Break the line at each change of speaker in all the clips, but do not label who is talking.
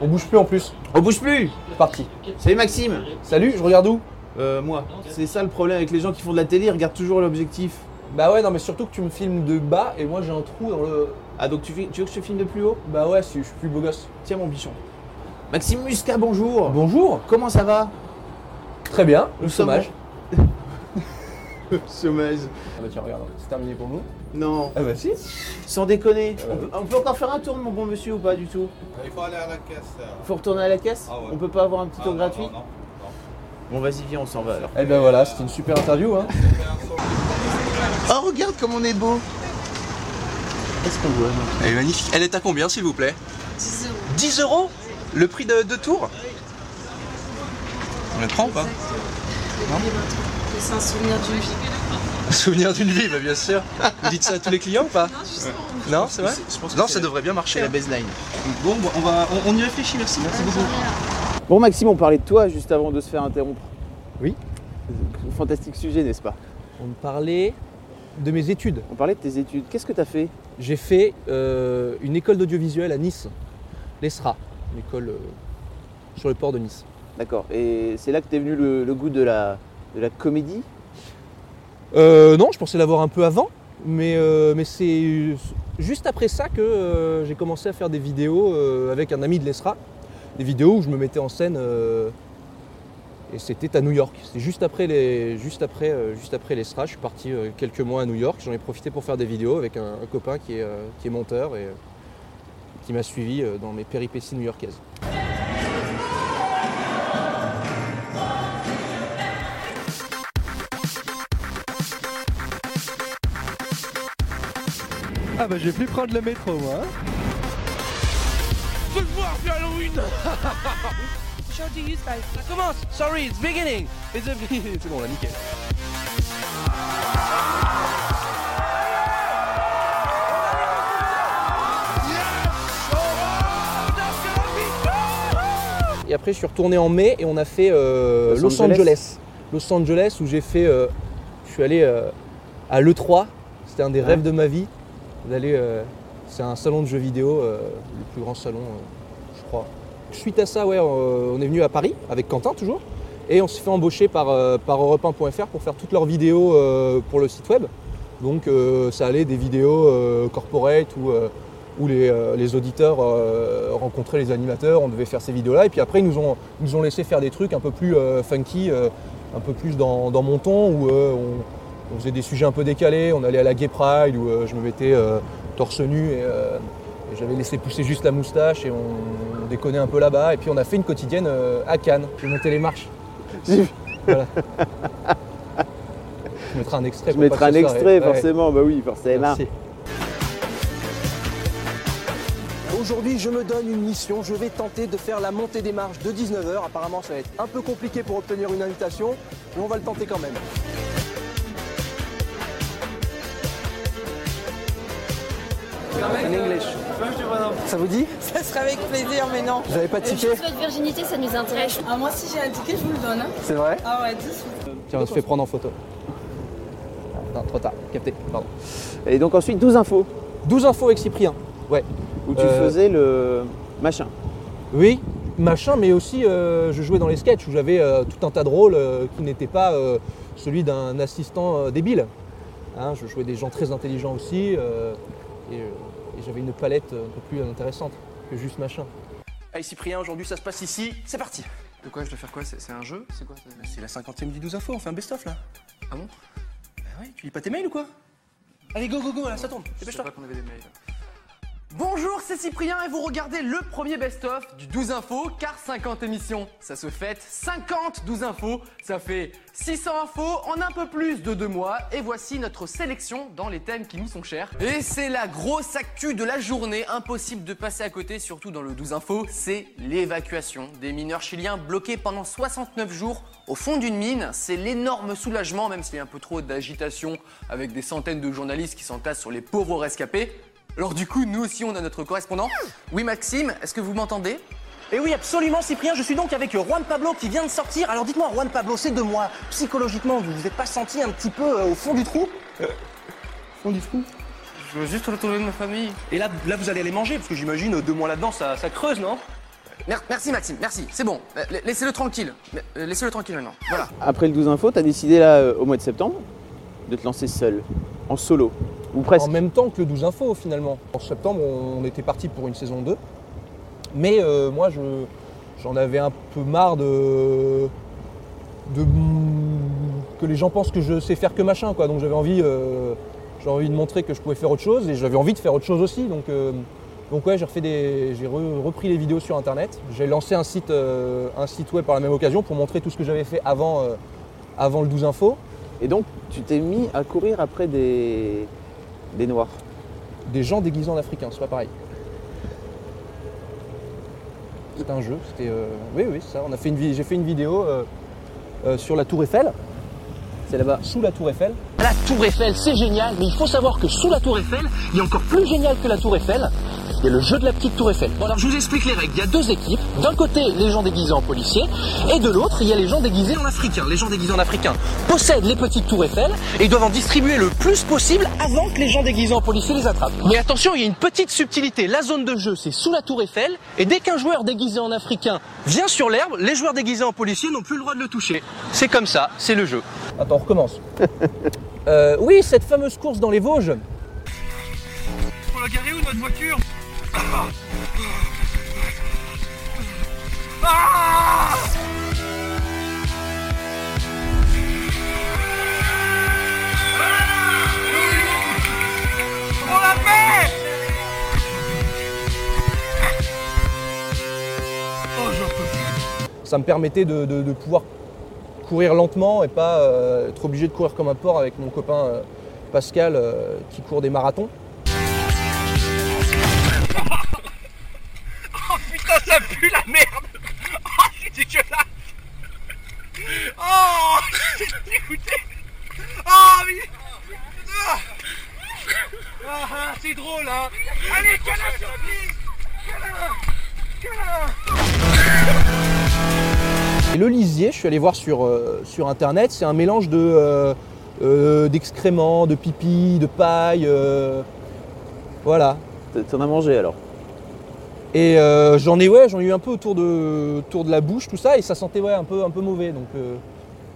On bouge plus en plus.
On bouge plus
C'est parti.
Salut Maxime
Salut, je regarde où
Euh, moi. C'est ça le problème avec les gens qui font de la télé, ils regardent toujours l'objectif.
Bah ouais, non mais surtout que tu me filmes de bas et moi j'ai un trou dans le...
Ah, donc tu, fi- tu veux que je te filme de plus haut
Bah ouais, si, je suis plus beau gosse.
Tiens mon bichon. Maxime Muscat, bonjour
Bonjour
Comment ça va
Très bien, le
Nous sommes-
chômage.
Chômage.
Ah bah tiens, regarde, c'est terminé pour nous.
Non,
Ah bah si
sans déconner.
Euh,
On peut- On peut encore faire un tour, mon bon monsieur, ou pas du tout
Il faut aller à la caisse. euh.
Faut retourner à la caisse
Ah ouais.
On peut pas avoir un petit
Ah,
tour
non,
gratuit
non, non, non.
Bon, vas-y, viens, on s'en va alors.
Eh ben voilà, c'était une super interview hein.
Oh, regarde comme on est beau Est-ce qu'on voit
Elle est magnifique. Elle est à combien, s'il vous plaît 10 euros. 10 euros Le prix de deux tours On les prend ou pas
C'est un souvenir d'une vie.
Un souvenir d'une vie, bah, bien sûr. Vous dites ça à tous les clients ou pas Non, c'est vrai Non, ça devrait bien marcher.
la baseline.
Bon, bah, on, va, on, on y réfléchit, merci. Merci beaucoup.
Bon, Maxime, on parlait de toi juste avant de se faire interrompre.
Oui.
Fantastique sujet, n'est-ce pas
On me parlait de mes études.
On parlait de tes études. Qu'est-ce que t'as fait
J'ai fait euh, une école d'audiovisuel à Nice, l'ESRA, une école euh, sur le port de Nice.
D'accord. Et c'est là que t'es venu le, le goût de la, de la comédie
Euh, non, je pensais l'avoir un peu avant, mais, euh, mais c'est juste après ça que euh, j'ai commencé à faire des vidéos euh, avec un ami de l'ESRA, des vidéos où je me mettais en scène, euh, et c'était à New York. C'est juste après les, juste après, euh, juste après l'ESRA, je suis parti euh, quelques mois à New York, j'en ai profité pour faire des vidéos avec un, un copain qui est, euh, qui est monteur et euh, qui m'a suivi euh, dans mes péripéties new-yorkaises.
Ah bah je vais plus prendre le métro moi. hein.
Ah, Et après, je suis retourné en mai et on a fait euh,
Los
Los, Angeles.
Angeles.
Los Angeles, où j'ai fait. euh, je suis allé euh, à l'E3. C'était un des
Ouais.
rêves de ma vie. d'aller. euh, c'est un salon de jeux vidéo, euh, le plus grand salon, euh, je crois. Suite à ça, ouais, on, on est venu à Paris avec Quentin toujours. Et on s'est fait embaucher par, euh, par Europe 1.fr pour faire toutes leurs vidéos euh, pour le site web. Donc euh, ça allait des vidéos euh, corporate où, euh, où les, euh, les auditeurs euh, rencontraient les animateurs, on devait faire ces vidéos-là. Et puis après, ils nous ont, ils nous ont laissé faire des trucs un peu plus euh, funky, euh, un peu plus dans, dans mon ton, où euh, on, on faisait des sujets un peu décalés. On allait à la Gay Pride, où euh, je me mettais euh, torse nu et, euh, et j'avais laissé pousser juste la moustache et on, on déconnait un peu là-bas. Et puis on a fait une quotidienne euh, à Cannes. J'ai monté les marches.
J'ai vu.
Voilà. Je mettrai un extrait.
Je
pour pas
mettrai un
que ce soit-
extrait,
ouais, ouais.
forcément. Bah oui, forcément.
Merci.
Aujourd'hui je me donne une mission, je vais tenter de faire la montée des marches de 19h. Apparemment ça va être un peu compliqué pour obtenir une invitation, mais on va le tenter quand même. En English. Ça vous dit
Ça serait avec plaisir, mais non.
Vous avez pas de ticket
Votre virginité, ça nous intéresse.
Ah, moi, si j'ai un ticket, je vous le donne. hein.
C'est vrai
Ah ouais, 10
Tiens, on se fait prendre en photo. Non, trop tard, capté, pardon.
Et donc ensuite, 12 infos
12 infos avec Cyprien. Ouais.
où tu
Euh,
faisais le machin.
Oui, machin, mais aussi euh, je jouais dans les sketchs où j'avais euh, tout un tas de rôles euh, qui n'étaient pas euh, celui d'un assistant euh, débile. Hein, je jouais des gens très intelligents aussi euh, et, euh, et j'avais une palette euh, un peu plus intéressante que juste machin.
Hey Cyprien, aujourd'hui ça se passe ici, c'est parti
De quoi je dois faire quoi C'est un jeu C'est quoi
Bah, C'est la cinquantième du 12 infos, on fait un best-of là.
Ah bon
Bah ouais, tu lis pas tes mails ou quoi Allez go go go, là ça tombe, dépêche-toi
qu'on avait des mails.
Bonjour
Bonjour, c'est Cyprien et vous regardez le premier best-of du 12 Info, car 50 émissions, ça se fête. 50 12 Info, ça fait 600 infos en un peu plus de deux mois. Et voici notre sélection dans les thèmes qui nous sont chers. Et c'est la grosse actu de la journée, impossible de passer à côté, surtout dans le 12 Info, c'est l'évacuation des mineurs chiliens bloqués pendant 69 jours au fond d'une mine. C'est l'énorme soulagement, même s'il y a un peu trop d'agitation avec des centaines de journalistes qui s'entassent sur les pauvres rescapés. Alors du coup, nous aussi, on a notre correspondant. Oui, Maxime, est-ce que vous m'entendez
Et Eh oui, absolument, Cyprien, je suis donc avec Juan Pablo qui vient de sortir. Alors dites-moi, Juan Pablo, c'est de moi. Psychologiquement, vous vous êtes pas senti un petit peu euh, au fond du trou Fond du trou
Je veux juste retrouver ma famille.
Et là, là, vous allez aller manger, parce que j'imagine euh, deux mois là-dedans, ça, ça creuse, non
merci, Maxime, merci. C'est bon. Euh, la- Laissez-le tranquille. Euh, Laissez-le tranquille maintenant. Voilà.
Après le 12 Info, t'as décidé là, euh, au mois de septembre, de te lancer seul, en solo, ou presque.
En même temps que le 12 Info finalement. En septembre, on était parti pour une saison 2. Mais euh, moi, je, j'en avais un peu marre de, de- que les gens pensent que je sais faire que machin. Quoi. Donc j'avais envie, euh, j'avais envie de montrer que je pouvais faire autre chose et j'avais envie de faire autre chose aussi. Donc, euh, donc ouais, j'ai, refait des, j'ai re- repris les vidéos sur Internet. J'ai lancé un site, euh, un site web par la même occasion pour montrer tout ce que j'avais fait avant, euh, avant le 12 Info.
Et donc, tu t'es mis à courir après des, des noirs.
des gens déguisés en africains, c'est pas pareil. C'était un jeu, c'était. euh, Oui, oui, c'est ça. On a fait une vi- J'ai fait une vidéo euh, euh, sur la Tour Eiffel,
C'est là-bas.
sous la Tour Eiffel.
La Tour Eiffel, c'est génial, mais il faut savoir que sous la Tour Eiffel, il y a encore plus génial que la Tour Eiffel. Il y a le jeu de la petite Tour Eiffel. Bon, alors je vous explique les règles. Il y a deux équipes. D'un côté, les gens déguisés en policiers, et de l'autre, il y a les gens déguisés en africains. Les gens déguisés en africains possèdent les petites Tours Eiffel et doivent en distribuer le plus possible avant que les gens déguisés en policiers les attrapent. Mais attention, il y a une petite subtilité. La zone de jeu, c'est sous la Tour Eiffel, et dès qu'un joueur déguisé en africain vient sur l'herbe, les joueurs déguisés en policiers n'ont plus le droit de le toucher. C'est comme ça, c'est le jeu.
Attends, on recommence. Euh, oui, cette fameuse course dans les Vosges.
On l'a garé où notre voiture Ah Ah Oh,
Ça me permettait de, de- de pouvoir courir lentement et pas euh, être obligé de courir comme un porc avec mon copain euh, Pascal euh, qui court des marathons. Et le lisier, je suis allé voir sur, euh, sur internet, c'est un mélange de euh, euh, d'excréments, de pipi, de paille. euh, voilà.
T- T'en as mangé alors.
Et euh, j'en ai ouais, j'en ai eu un peu autour de, autour de la bouche, tout ça, et ça sentait ouais, un, peu, un peu mauvais. Donc, euh,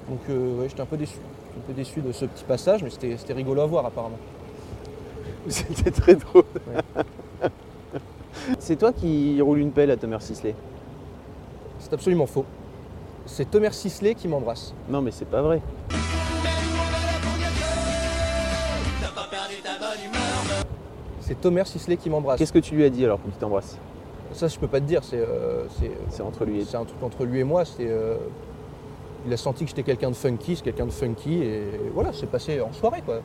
donc euh, ouais, j'étais un peu déçu. Un peu déçu de ce petit passage, mais c'était c'était rigolo à voir apparemment.
C'était très drôle. c'est toi qui roule une pelle à Thomas Sisley.
C'est absolument faux. C'est Thomas Sisley qui m'embrasse.
Non, mais c'est pas vrai.
C'est Thomas Sisley qui m'embrasse.
Qu'est-ce que tu lui as dit alors quand il t'embrasse
Ça, je peux pas te dire. C'est euh, c'est-
C'est entre lui et
c'est un truc entre lui et moi. C'est euh, il a senti que j'étais quelqu'un de funky, c'est quelqu'un de funky, et voilà, c'est passé en soirée, quoi,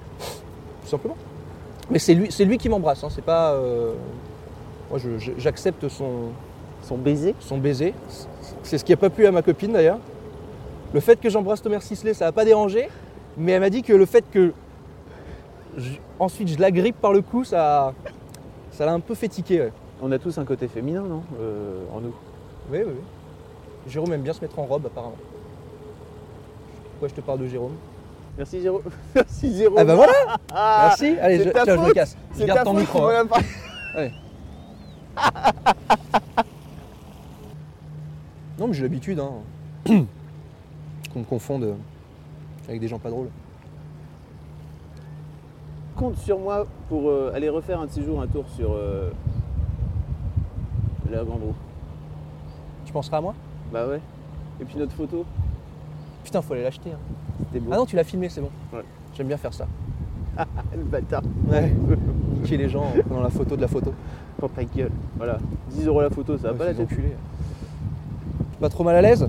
tout simplement. Mais c'est lui, c'est lui qui m'embrasse. hein, c'est pas euh, moi, je- je- j'accepte son
son baiser.
son baiser. C'est ce qui n'a pas plu à ma copine d'ailleurs. Le fait que j'embrasse Thomas Sisley, ça n'a pas dérangé, mais elle m'a dit que le fait que je- ensuite je la grippe par le cou, ça ça l'a un peu fait tiquer. ouais.
On a tous un côté féminin, non Euh, En nous.
Oui, oui, oui. Jérôme aime bien se mettre en robe apparemment. Pourquoi je te parle de Jérôme
Merci Jérôme. Merci Jérôme.
Ah bah voilà
Oh Ah,
Merci Allez,
c'est
je,
ta
tiens, je me
faute.
casse.
C'est
Garde
ta
ton
faute,
micro.
tu
hein.
m'en as pas-
Non mais j'ai l'habitude hein, qu'on me confonde euh, avec des gens pas drôles.
compte sur moi pour euh, aller refaire un de ces jours un tour sur euh, la grande roue.
Tu penseras à moi
Bah ouais. Et puis notre photo,
Putain, faut aller l'acheter. hein.
c'était beau.
Ah non, tu l'as filmé, c'est bon.
Ouais.
J'aime bien faire ça.
le bâtard.
Ouais. Niquer les gens en prenant la photo de la photo.
Dans ta gueule. Voilà. 10 euros la photo, ça va
Ouais,
pas la
ces
tête.
enculés. Pas trop mal à l'aise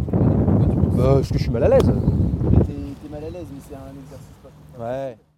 Bah, parce que je suis mal à l'aise.
T'es mal à l'aise, mais c'est un exercice pas.
Ouais.